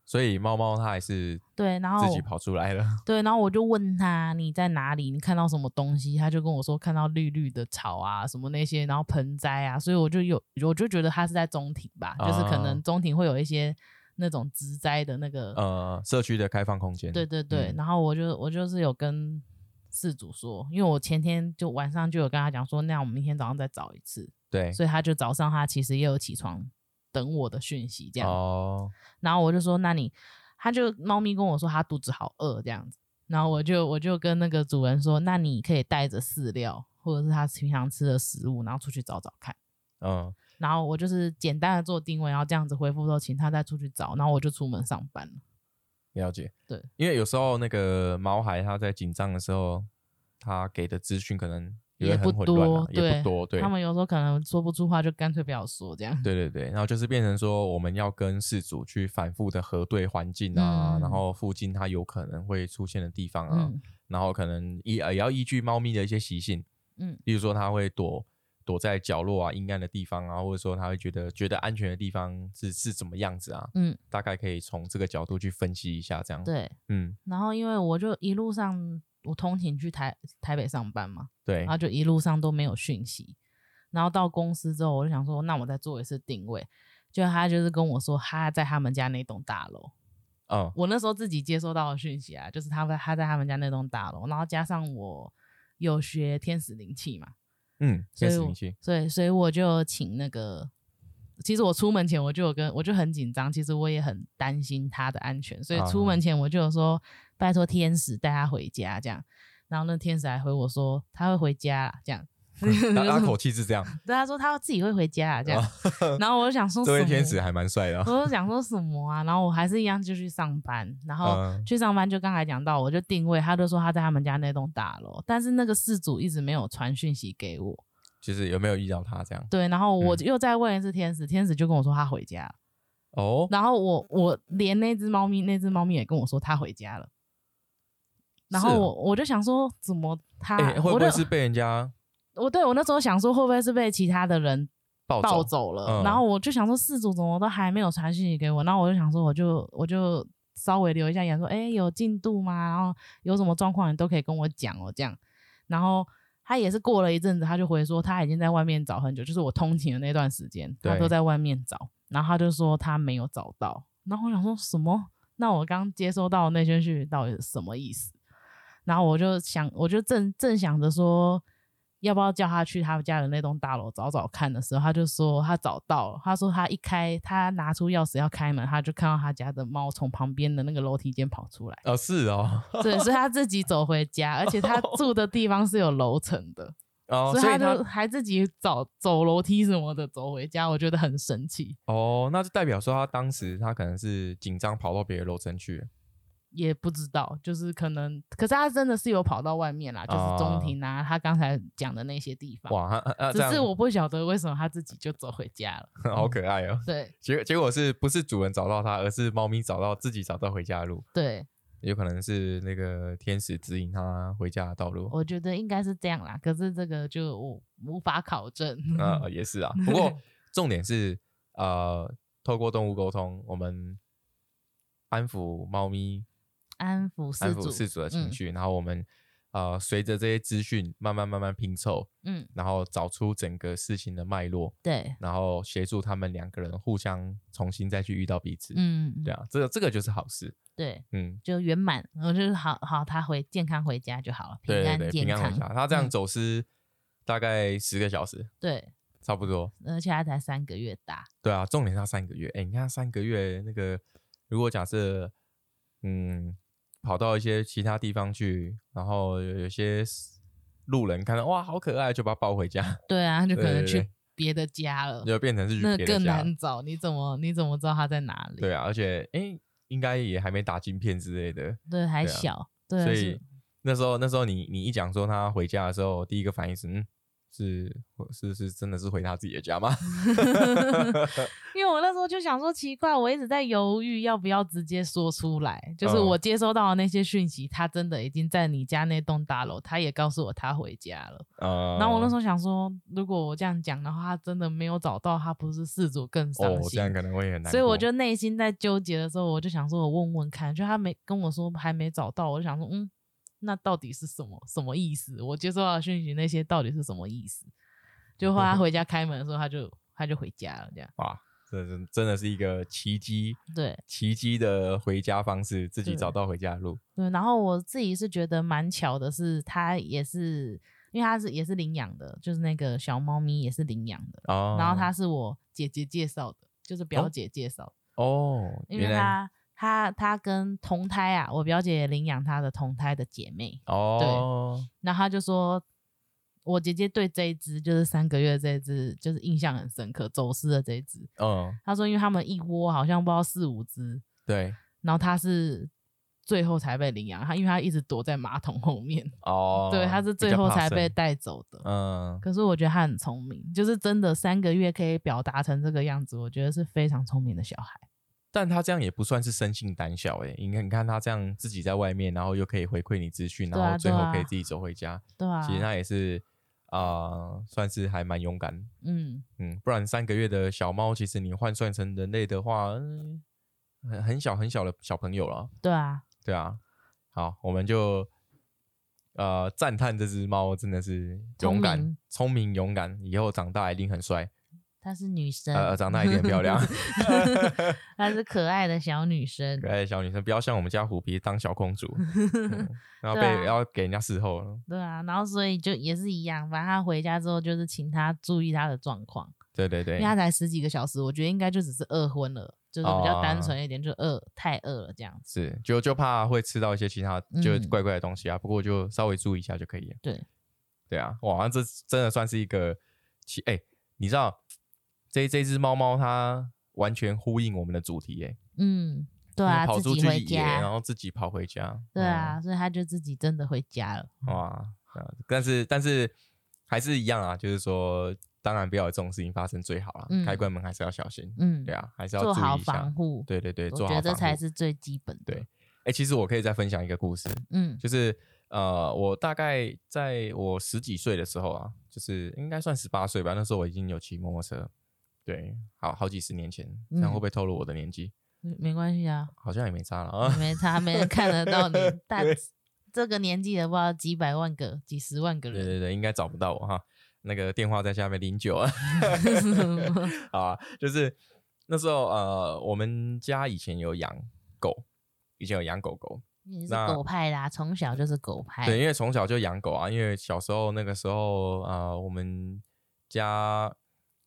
Speaker 1: 所以猫猫它还是
Speaker 2: 对，然后
Speaker 1: 自己跑出来 了。
Speaker 2: 对，然后我就问他你在哪里，你看到什么东西？他就跟我说看到绿绿的草啊，什么那些，然后盆栽啊，所以我就有我就觉得他是在中庭吧，就是可
Speaker 1: 啊
Speaker 2: 能中庭会有一些那种植栽的那个，
Speaker 1: 呃，社区的开放空间。
Speaker 2: 对对对。
Speaker 1: 嗯
Speaker 2: 然后我就我就是有跟事主说，因为我前天就晚上就有跟他讲说，那我们明天早上再找一次，
Speaker 1: 对，
Speaker 2: 所以他就早上他其实也有起床等我的讯息这样。
Speaker 1: 哦，
Speaker 2: 然后我就说，那你，他就猫咪跟我说它肚子好饿这样子，然后我就我就跟那个主人说，那你可以带着饲料或者是它平常吃的食物，然后出去找找看。
Speaker 1: 嗯，
Speaker 2: 然后我就是简单的做定位，然后这样子回复之后，请他再出去找，然后我就出门上班了。
Speaker 1: 了解。
Speaker 2: 对，
Speaker 1: 因为有时候那个毛孩它在紧张的时候，它给的资讯可能也
Speaker 2: 也
Speaker 1: 很
Speaker 2: 不
Speaker 1: 混乱啊
Speaker 2: 多，
Speaker 1: 也
Speaker 2: 对
Speaker 1: 不多，对
Speaker 2: 他。们有时候可能说不出话，就干脆不要说 这样。
Speaker 1: 对对对，然后就是变成说，我们要跟事主去反复的核对环境啊，然
Speaker 2: 嗯
Speaker 1: 后附近它有可能会出现的地方啊，
Speaker 2: 嗯
Speaker 1: 然后可能依呃也要依据猫咪的一些习性，
Speaker 2: 嗯，
Speaker 1: 例如说它会躲躲在角落啊、阴暗的地方啊，或者说它会觉得觉得安全的地方是是怎么样子啊，
Speaker 2: 嗯，
Speaker 1: 大概可以从这个角度去分析一下，这样，
Speaker 2: 对。
Speaker 1: 嗯，
Speaker 2: 然后因为我就一路上我通勤去台台北上班嘛，
Speaker 1: 对
Speaker 2: 然，后就一路上都没有讯息。然后到公司之后，我就想说，那我再做一次定位。就他就是跟我说，他在他们家那栋大楼。
Speaker 1: 嗯，
Speaker 2: 我那时候自己接收到的讯息啊，就是他在他在他们家那栋大楼，然后加上我有学天使灵气嘛，
Speaker 1: 嗯，
Speaker 2: 所
Speaker 1: 天
Speaker 2: 以
Speaker 1: 使
Speaker 2: 我
Speaker 1: 灵 气，
Speaker 2: 所以所以我就请那个，其实我出门前我就有跟我就很紧张，其实我也很担心他的安全，所以出
Speaker 1: 啊
Speaker 2: 门前我就有说、拜托天使带他回家这样，然后那天使还回我说他会回家啦这样，
Speaker 1: 他他
Speaker 2: 就是
Speaker 1: 口气是这样，
Speaker 2: 对，他说他自己会回家啊，这样。
Speaker 1: 哦
Speaker 2: 然后我就想 说，
Speaker 1: 这位天使，还蛮帅 的啊，
Speaker 2: 我就想说什么啊？然后我还是一样就去上班，然后
Speaker 1: 嗯
Speaker 2: 去上班就刚才讲到，我就定位，他就说他在他们家那栋大楼，但是那个事主一直没有传讯息给我。
Speaker 1: 就是有没有遇到他这样？
Speaker 2: 对，然后我
Speaker 1: 嗯
Speaker 2: 又再问一次天使，天使就跟我说他回家了，
Speaker 1: 哦，
Speaker 2: 然后我我连那只猫咪，那只猫咪也跟我说他回家了。然
Speaker 1: 是
Speaker 2: 后
Speaker 1: 哦
Speaker 2: 我、我就想说，怎么他、
Speaker 1: 哎，会不
Speaker 2: 我
Speaker 1: 会
Speaker 2: 就是
Speaker 1: 被人家
Speaker 2: 我对我那时候想说，会不会是被其他的人
Speaker 1: 抱
Speaker 2: 暴
Speaker 1: 走？
Speaker 2: 走了。
Speaker 1: 嗯
Speaker 2: 然后我就想说，事主怎么都还没有传讯息给我，然后我就想说，我就我就稍微留一下言说，哎、有进度吗？然后有什么状况你都可以跟我讲哦，这样。然后他也是过了一阵子，他就回说他已经在外面找很久，就是我通勤的那段时间，他
Speaker 1: 对。
Speaker 2: 都在外面找。然后他就说他没有找到。然后我想说什么？那我刚接收到的那些讯息到底是什么意思？然后我就想，我就正正想着说，要不要叫他去他们家的那栋大楼找找看的时候，他就说他找到了。他说他一开，他拿出钥匙要开门，他就看到他家的猫从旁边的那个楼梯间跑出来
Speaker 1: 哦，是哦，
Speaker 2: 对，所以他自己走回家，而且他住的地方是有楼层的，
Speaker 1: 哦，
Speaker 2: 所以
Speaker 1: 所以
Speaker 2: 他
Speaker 1: 他
Speaker 2: 就还自己找走楼梯什么的走回家，我觉得很神奇。
Speaker 1: 哦，那就代表说他当时他可能是紧张跑到别的楼层去，
Speaker 2: 也不知道，就是可能，可是他真的是有跑到外面啦，就是中庭啊，他刚才讲的那些地方。
Speaker 1: 哦哇，他他
Speaker 2: 只
Speaker 1: 这样
Speaker 2: 是我不晓得为什么他自己就走回家了。
Speaker 1: 好可爱哦。
Speaker 2: 对
Speaker 1: 结果结果是不是主人找到它，而是猫咪找到自己找到回家的路？
Speaker 2: 对，
Speaker 1: 有可能是那个天使指引它回家的道路。
Speaker 2: 我觉得应该是这样啦。可是这个就我无法考证。
Speaker 1: 那、也是啊，不过重点是呃，透过动物沟通，我们安抚猫咪、
Speaker 2: 安抚
Speaker 1: 安
Speaker 2: 失
Speaker 1: 抚
Speaker 2: 主，
Speaker 1: 事主的情
Speaker 2: 嗯
Speaker 1: 绪，然后我们呃随着这些资讯慢慢慢慢拼凑，
Speaker 2: 嗯，
Speaker 1: 然后找出整个事情的脉络，
Speaker 2: 对，
Speaker 1: 然后协助他们两个人互相重新再去遇到彼此。
Speaker 2: 嗯，
Speaker 1: 对啊，这个这个就是好事。
Speaker 2: 对，
Speaker 1: 嗯，
Speaker 2: 就圆满，我就是好好，他回健康回家就好了，
Speaker 1: 对对
Speaker 2: 安
Speaker 1: 对，
Speaker 2: 健
Speaker 1: 平安
Speaker 2: 康。
Speaker 1: 回家。他这样
Speaker 2: 嗯
Speaker 1: 走失大概十个小时，
Speaker 2: 对，
Speaker 1: 差不多。
Speaker 2: 而且它才三个月大，
Speaker 1: 对啊，重点是它三个月。哎，你看它三个月那个，如果假设，嗯，跑到一些其他地方去，然后有有些路人看到哇，好可爱，就把它抱回家，
Speaker 2: 对啊，就可能
Speaker 1: 对对
Speaker 2: 去
Speaker 1: 对
Speaker 2: 别的家了，
Speaker 1: 就变成是去
Speaker 2: 那
Speaker 1: 别的
Speaker 2: 更
Speaker 1: 家。
Speaker 2: 难找。你怎么你怎么知道它在哪里？
Speaker 1: 对啊，而且哎，应该也还没打晶片之类的，
Speaker 2: 对，还
Speaker 1: 对啊
Speaker 2: 小，对啊，
Speaker 1: 所
Speaker 2: 是
Speaker 1: 以那时候那时候你你一讲说他回家的时候，我第一个反应是嗯。是是是，真的是回他自己的家吗？
Speaker 2: 因为我那时候就想说，奇怪，我一直在犹豫要不要直接说出来。就是
Speaker 1: 嗯
Speaker 2: 我接收到的那些讯息，他真的已经在你家那栋大楼，他也告诉我他回家了。
Speaker 1: 呃，
Speaker 2: 然后我那时候想说，如果我这样讲的话，他真的没有找到，他不是事主更伤
Speaker 1: 哦，这
Speaker 2: 心。
Speaker 1: 样可能会很难过。
Speaker 2: 所以我就内心在纠结的时候，我就想说，我问问看，就他没跟我说还没找到，我就想说，嗯，那到底是什么什么意思？我接收到的讯息那些到底是什么意思？就后来他回家开门的时候，他就他就回家了，这样
Speaker 1: 哇，这真真的是一个奇迹，
Speaker 2: 对
Speaker 1: 奇迹的回家方式，自己
Speaker 2: 对
Speaker 1: 找到回家的路。
Speaker 2: 对。然后我自己是觉得蛮巧的是，他也是因为他是也是领养的，就是那个小猫咪也是领养的，
Speaker 1: 哦，
Speaker 2: 然后他是我姐姐介绍的，就是表姐介绍的
Speaker 1: 哦，
Speaker 2: 因为
Speaker 1: 原来
Speaker 2: 她她她跟同胎啊，我表姐也领养她的同胎的姐妹，
Speaker 1: 哦，
Speaker 2: 然后她就说，我姐姐对这一只就是三个月这一只就是印象很深刻，走失的这一只，
Speaker 1: 嗯，
Speaker 2: 她说因为他们一窝好像不知道四五只，
Speaker 1: 对，
Speaker 2: 然后她是最后才被领养，她因为她一直躲在马桶后面，
Speaker 1: 哦，
Speaker 2: 对，她是
Speaker 1: 比
Speaker 2: 最
Speaker 1: 较
Speaker 2: 后
Speaker 1: 怕
Speaker 2: 才
Speaker 1: 生
Speaker 2: 被，带走的。
Speaker 1: 嗯，
Speaker 2: 可是我觉得她很聪明，就是真的三个月可以表达成这个样子，我觉得是非常聪明的小孩。
Speaker 1: 但他这样也不算是生性胆小诶，你看，你看他这样自己在外面，然后又可以回馈你资讯，
Speaker 2: 对
Speaker 1: 然
Speaker 2: 啊
Speaker 1: 后最
Speaker 2: 对
Speaker 1: 后可以
Speaker 2: 啊
Speaker 1: 自己走回家，
Speaker 2: 对啊，
Speaker 1: 其实他也是啊，算是还蛮勇敢。
Speaker 2: 嗯，
Speaker 1: 嗯，不然三个月的小猫，其实你换算成人类的话，嗯很很小很小的小朋友了。
Speaker 2: 对啊，
Speaker 1: 对啊，好，我们就呃赞叹这只猫真的是勇
Speaker 2: 聪
Speaker 1: 敢
Speaker 2: 明、
Speaker 1: 聪明、勇敢，以后长大一定很帅。
Speaker 2: 她是女生，
Speaker 1: 呃，长大一定很漂亮。
Speaker 2: 她是可爱的小女生
Speaker 1: 可。爱的小女生，不要像我们家虎皮当小公主， 嗯然后
Speaker 2: 对
Speaker 1: 被、
Speaker 2: 啊
Speaker 1: 要给人家伺候了。
Speaker 2: 对啊，然后所以就也是一样，反正她回家之后就是请她注意她的状况，
Speaker 1: 对对对
Speaker 2: 因为，她才十几个小时，我觉得应该就只是饿昏了，就是比较单
Speaker 1: 哦
Speaker 2: 纯一点，就饿太饿了这样子。
Speaker 1: 是就就怕会吃到一些其他就
Speaker 2: 嗯
Speaker 1: 怪怪的东西啊。不过就稍微注意一下就可以了。
Speaker 2: 对，
Speaker 1: 对啊，哇，那这真的算是一个奇哎、你知道这这只猫猫它完全呼应我们的主题哎、
Speaker 2: 嗯，对
Speaker 1: 它
Speaker 2: 啊，
Speaker 1: 跑
Speaker 2: 自
Speaker 1: 出
Speaker 2: 己
Speaker 1: 去
Speaker 2: 回
Speaker 1: 野，然
Speaker 2: 家，
Speaker 1: 后自己跑回家，
Speaker 2: 对
Speaker 1: 嗯
Speaker 2: 啊，所以她就自己真的回家了。
Speaker 1: 哇，啊但是但是还是一样啊，就是说，当然不要有这种事情发生最好啦。
Speaker 2: 嗯
Speaker 1: 开关门还是要小心，
Speaker 2: 嗯，
Speaker 1: 对啊，还是要
Speaker 2: 做
Speaker 1: 注
Speaker 2: 好
Speaker 1: 意一
Speaker 2: 防
Speaker 1: 下。
Speaker 2: 护，
Speaker 1: 对对对，
Speaker 2: 我
Speaker 1: 做
Speaker 2: 觉
Speaker 1: 好
Speaker 2: 得这
Speaker 1: 防
Speaker 2: 才
Speaker 1: 护。
Speaker 2: 是最基本的。
Speaker 1: 对哎、其实我可以再分享一个故事，
Speaker 2: 嗯
Speaker 1: 就是呃，我大概在我十几岁的时候啊，就是应该算十八岁吧，那时候我已经有骑摩托车，对，好好几十年前，这样
Speaker 2: 嗯
Speaker 1: 会不会透露我的年纪？
Speaker 2: 没没关系 啊，
Speaker 1: 好像也没差了啊。
Speaker 2: 没差，没人看得到你。但这个年纪的不知道几百万个、几十万个
Speaker 1: 对
Speaker 2: 人，
Speaker 1: 对对，应该找不到我哈。那个电话在下面零九啊， 啊，就是那时候呃，我们家以前有养狗，以前有养狗狗，
Speaker 2: 你是
Speaker 1: 那
Speaker 2: 狗派啦，从小就是狗派。
Speaker 1: 对，因为从小就养狗啊，因为小时候那个时候呃，我们家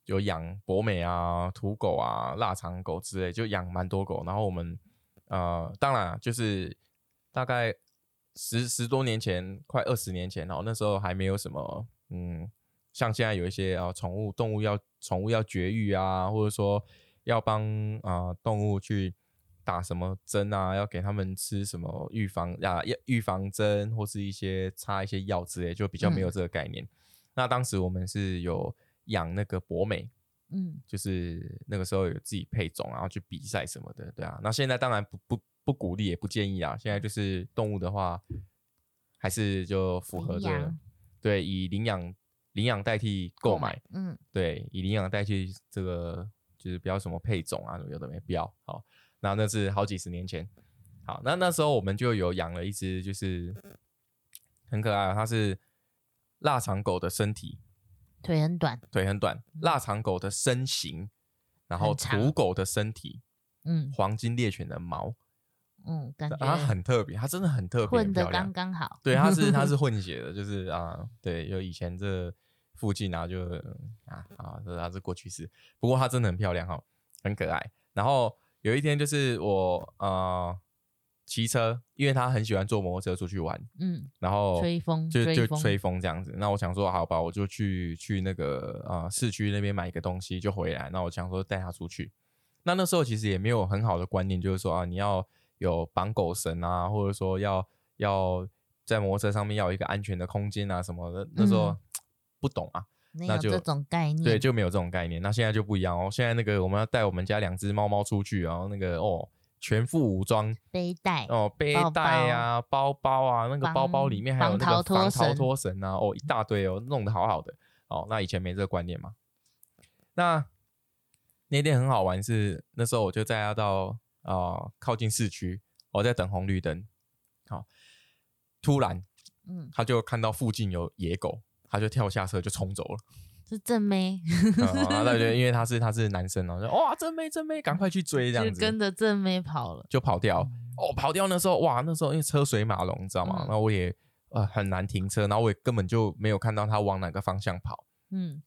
Speaker 1: 有养博美啊、土狗啊、腊肠狗之类，就养蛮多狗。然后我们呃，当然啊就是大概十十多年前，快二十年前哦，那时候还没有什么嗯，像现在有一些啊，呃宠物动物要宠物要绝育啊，或者说要帮啊、呃动物去打什么针啊，要给他们吃什么预防啊药预防针，或是一些擦一些药之类，就比较没有
Speaker 2: 嗯
Speaker 1: 这个概念。那当时我们是有养那个博美，
Speaker 2: 嗯，
Speaker 1: 就是那个时候有自己配种，然后去比赛什么的，对啊。那现在当然不不不鼓励，也不建议啊。现在就是动物的话，还是就符合这
Speaker 2: 领
Speaker 1: 个
Speaker 2: 养，
Speaker 1: 对，以领养领养代替购买，，
Speaker 2: 嗯
Speaker 1: 对，以领养代替这个就是不要什么配种啊，有的没必要。好，那那是好几十年前。好，那那时候我们就有养了一只，就是很可爱啊，它是腊肠狗的身体，
Speaker 2: 腿很短，
Speaker 1: 腿很短，腊肠狗的身形，然后
Speaker 2: 很长
Speaker 1: 土狗的身体，
Speaker 2: 嗯
Speaker 1: 黄金猎犬的毛，
Speaker 2: 嗯，感觉
Speaker 1: 它啊很特别，它真的很特别，
Speaker 2: 混
Speaker 1: 很
Speaker 2: 的
Speaker 1: 漂
Speaker 2: 刚
Speaker 1: 亮。
Speaker 2: 刚好。
Speaker 1: 对，它是它是混血的，就是啊，对，有以前这附近啊，就啊啊，这它是过去式。不过它真的很漂亮哈、哦，很可爱。然后有一天就是我呃骑车，因为他很喜欢坐摩托车出去玩，
Speaker 2: 嗯，
Speaker 1: 然后
Speaker 2: 吹风
Speaker 1: 就
Speaker 2: 追
Speaker 1: 就
Speaker 2: 风
Speaker 1: 吹风这样子。那我想说，好吧，我就去去那个呃市区那边买一个东西就回来。那我想说带他出去。那那时候其实也没有很好的观念，就是说啊，你要有绑狗绳啊，或者说要要在摩托车上面要有一个安全的空间啊什么的。那时候
Speaker 2: 嗯
Speaker 1: 不懂啊，
Speaker 2: 没
Speaker 1: 那
Speaker 2: 有
Speaker 1: 就
Speaker 2: 这种概念，
Speaker 1: 对，就没有这种概念。那现在就不一样哦，现在那个我们要带我们家两只猫猫出去，然后那个哦，全副武装
Speaker 2: 背带，
Speaker 1: 哦，背
Speaker 2: 包
Speaker 1: 带啊、包包啊，那个包包
Speaker 2: 防
Speaker 1: 里面还有
Speaker 2: 防
Speaker 1: 那个
Speaker 2: 逃脱
Speaker 1: 防逃
Speaker 2: 绳
Speaker 1: 脱绳啊，哦，一大堆哦，弄得好好的哦。那以前没这个观念嘛。那那天很好玩是，那时候我就载他到呃靠近市区，我在等红绿灯，好、突然
Speaker 2: 嗯，
Speaker 1: 他就看到附近有野狗，他就跳下车就冲走 了。
Speaker 2: 是正妹，
Speaker 1: 嗯然后他就因为他是他是男生哦，就哇真妹真妹，赶快去追 这样
Speaker 2: 就
Speaker 1: 子，
Speaker 2: 跟着正妹跑了，
Speaker 1: 就跑掉哦，跑掉那时候哇，那时候因为车水马龙，你知道吗？然
Speaker 2: 嗯
Speaker 1: 后我也呃很难停车，然后我也根本就没有看到他往哪个方向跑。
Speaker 2: 嗯，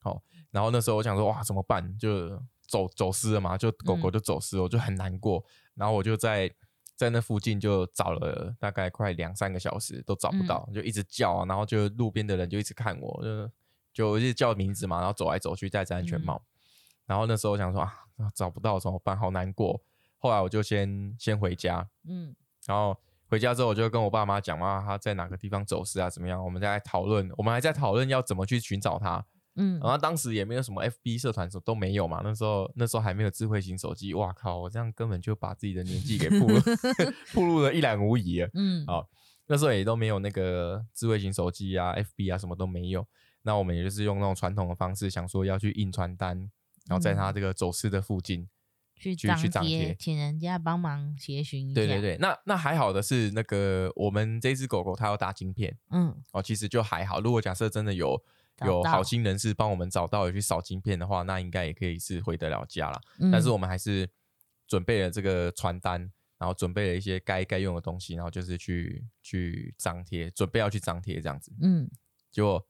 Speaker 1: 然后那时候我想说哇怎么办？就走走失了嘛，就狗狗
Speaker 2: 嗯
Speaker 1: 就走失了，我就很难过。然后我就在在那附近就找了大概快两三个小时都找不到，就一直叫啊，然后就路边的人就一直看我，就就一直叫名字嘛，然后走来走去戴着安全帽。然后那时候我想说啊找不到怎么办？好难过。后来我就先先回家，
Speaker 2: 嗯，
Speaker 1: 然后回家之后，我就跟我爸妈讲嘛，他在哪个地方走失啊，怎么样？我们在讨论，我们还在讨论要怎么去寻找他。
Speaker 2: 嗯，
Speaker 1: 然后当时也没有什么 FB 社团，什么都没有嘛。那时候那时候还没有智慧型手机，哇靠！我这样根本就把自己的年纪给暴露 暴露的一览无遗了。
Speaker 2: 嗯，
Speaker 1: 好那时候也都没有那个智慧型手机啊、FB 啊，什么都没有。那我们也就是用那种传统的方式，想说要去印传单，然后在他这个走失的附近。
Speaker 2: 去
Speaker 1: 去去张贴
Speaker 2: 贴，请人家帮忙协寻一下，
Speaker 1: 对对，对，那那还好的是，那个我们这只狗狗它要打晶片，
Speaker 2: 嗯，
Speaker 1: 哦，其实就还好。如果假设真的有
Speaker 2: 找
Speaker 1: 有
Speaker 2: 到
Speaker 1: 好心人士帮我们找到有去扫晶片的话，那应该也可以是回得了家啦。但是
Speaker 2: 嗯
Speaker 1: 我们还是准备了这个传单，然后准备了一些该该用的东西，然后就是去去张贴，准备要去张贴这样子。
Speaker 2: 嗯，
Speaker 1: 结果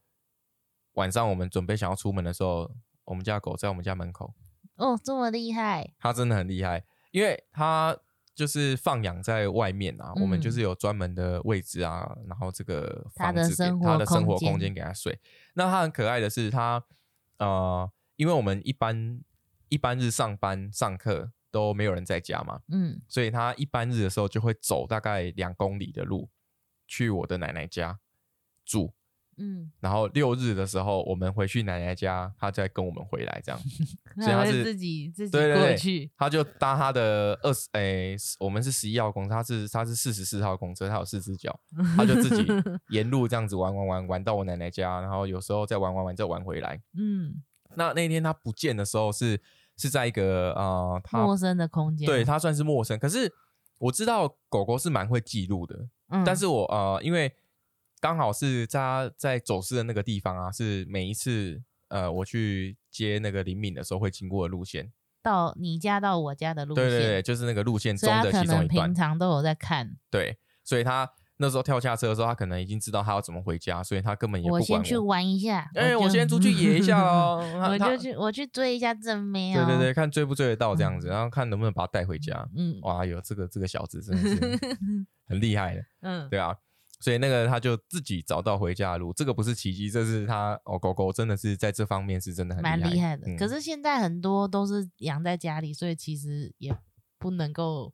Speaker 1: 晚上我们准备想要出门的时候，我们家狗在我们家门口，
Speaker 2: 哦，这么厉害，
Speaker 1: 它真的很厉害，因为它就是放养在外面啊，我们就
Speaker 2: 嗯
Speaker 1: 是有专门的位置啊，然后这个
Speaker 2: 它
Speaker 1: 房
Speaker 2: 的
Speaker 1: 子给
Speaker 2: 生
Speaker 1: 它
Speaker 2: 活
Speaker 1: 的生活
Speaker 2: 空间
Speaker 1: 空间给它睡。那它很可爱的是，它呃，因为我们一般一般日上班上课都没有人在家嘛，
Speaker 2: 嗯，
Speaker 1: 所以它一般日的时候就会走大概两公里的路去我的奶奶家住。
Speaker 2: 嗯，
Speaker 1: 然后六日的时候，我们回去奶奶家，它再跟我们回来这样。所以
Speaker 2: 那
Speaker 1: 他
Speaker 2: 我会
Speaker 1: 是
Speaker 2: 自己自己
Speaker 1: 对对
Speaker 2: 过
Speaker 1: 对
Speaker 2: 去，
Speaker 1: 他就搭他的二十，诶，我们是十一号公车，他是他是四十四号公车，他有四只脚，他就自己 沿路这样子玩玩玩玩到我奶奶家，然后有时候再玩玩玩再玩回来。
Speaker 2: 嗯，
Speaker 1: 那那天他不见的时候是是在一个呃，他
Speaker 2: 陌生的空间，
Speaker 1: 对，他算是陌生，可是我知道狗狗是蛮会记录的，
Speaker 2: 嗯，
Speaker 1: 但是我呃，因为刚好是在他在走失的那个地方啊，是每一次呃我去接那个灵敏的时候会经过的路线，
Speaker 2: 到你家到我家的路线，
Speaker 1: 对对对，就是那个路线
Speaker 2: 所
Speaker 1: 中
Speaker 2: 以他
Speaker 1: 的
Speaker 2: 可
Speaker 1: 其中
Speaker 2: 能
Speaker 1: 一段
Speaker 2: 平。常都有在看。
Speaker 1: 对，所以他那时候跳下车的时候，他可能已经知道他要怎么回家，所以他根本也不管
Speaker 2: 我先去玩一下，
Speaker 1: 哎、
Speaker 2: 就
Speaker 1: 我先出去野一下，哦。他
Speaker 2: 我
Speaker 1: 他
Speaker 2: 就去我去追一下正妹
Speaker 1: 对
Speaker 2: 哦。
Speaker 1: 对对，看追不追得到这样子，
Speaker 2: 嗯
Speaker 1: 然后看能不能把他带回家。
Speaker 2: 嗯，
Speaker 1: 哇，有这个这个小子真的 是很厉害的，
Speaker 2: 嗯
Speaker 1: 对啊。所以那个他就自己找到回家的路，这个不是奇迹，这是他哦，狗狗真的是在这方面是真的很
Speaker 2: 蛮
Speaker 1: 厉
Speaker 2: 厉害的。
Speaker 1: 嗯
Speaker 2: 可是现在很多都是养在家里，所以其实也不能够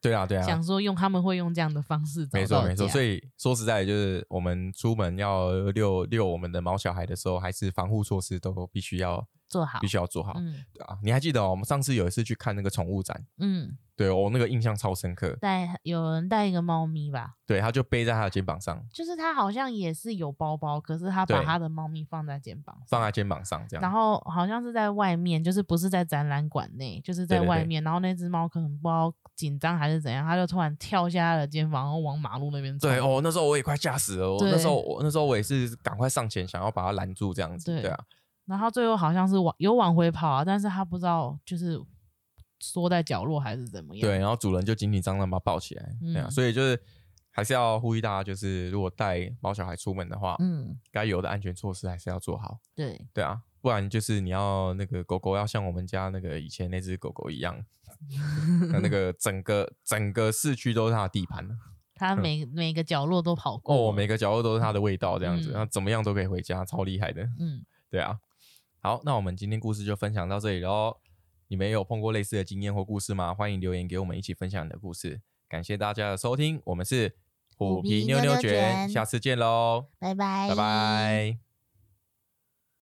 Speaker 1: 对啊对啊，
Speaker 2: 想说用他们会用这样的方式找
Speaker 1: 没错
Speaker 2: 到
Speaker 1: 没错，
Speaker 2: 家
Speaker 1: 所以说实在的就是我们出门要遛遛我们的毛小孩的时候，还是防护措施都必须要
Speaker 2: 做好
Speaker 1: 必。须要做好。
Speaker 2: 嗯
Speaker 1: 对啊，你还记得、哦、我们上次有一次去看那个宠物展，
Speaker 2: 嗯，
Speaker 1: 对我、那个印象超深刻。
Speaker 2: 带有人带一个猫咪吧，
Speaker 1: 对，他就背在他的肩膀上，
Speaker 2: 就是他好像也是有包包，可是他把
Speaker 1: 对
Speaker 2: 他的猫咪放在肩膀上
Speaker 1: 放。在肩膀上这样。
Speaker 2: 然后好像是在外面，就是不是在展览馆内，就是在
Speaker 1: 对对
Speaker 2: 外
Speaker 1: 对
Speaker 2: 面。然后那只猫可能不知道紧张还是怎样，它就突然跳下它的肩膀，然后往马路那边冲。
Speaker 1: 对哦，那时候我也快吓死了。我
Speaker 2: 对
Speaker 1: 那时候我那时候我也是赶快上前想要把它拦住这样子。
Speaker 2: 对
Speaker 1: 对啊，
Speaker 2: 然后它最后好像是往有往回跑啊，但是它不知道就是缩在角落还是怎么样。
Speaker 1: 对，然后主人就紧紧张张把它抱起来。对啊，
Speaker 2: 嗯
Speaker 1: 所以就是还是要呼吁大家，就是如果带猫小孩出门的话，
Speaker 2: 嗯，
Speaker 1: 该有的安全措施还是要做好。
Speaker 2: 对，
Speaker 1: 对啊，不然就是你要那个狗狗要像我们家那个以前那只狗狗一 样，那那个整个整个市区都是它的地盘了
Speaker 2: 他每每个角落都跑过，
Speaker 1: 嗯哦，每个角落都是它的味道，这样子，
Speaker 2: 嗯
Speaker 1: 那、怎么样都可以回家，超厉害的。
Speaker 2: 嗯，
Speaker 1: 对啊，好，那我们今天故事就分享到这里喽。你们有碰过类似的经验或故事吗？欢迎留言给我们一起分享你的故事。感谢大家的收听，我们是
Speaker 2: 虎皮妞妞
Speaker 1: 卷，
Speaker 2: 卷
Speaker 1: 下次见喽，
Speaker 2: 拜拜，
Speaker 1: 拜拜。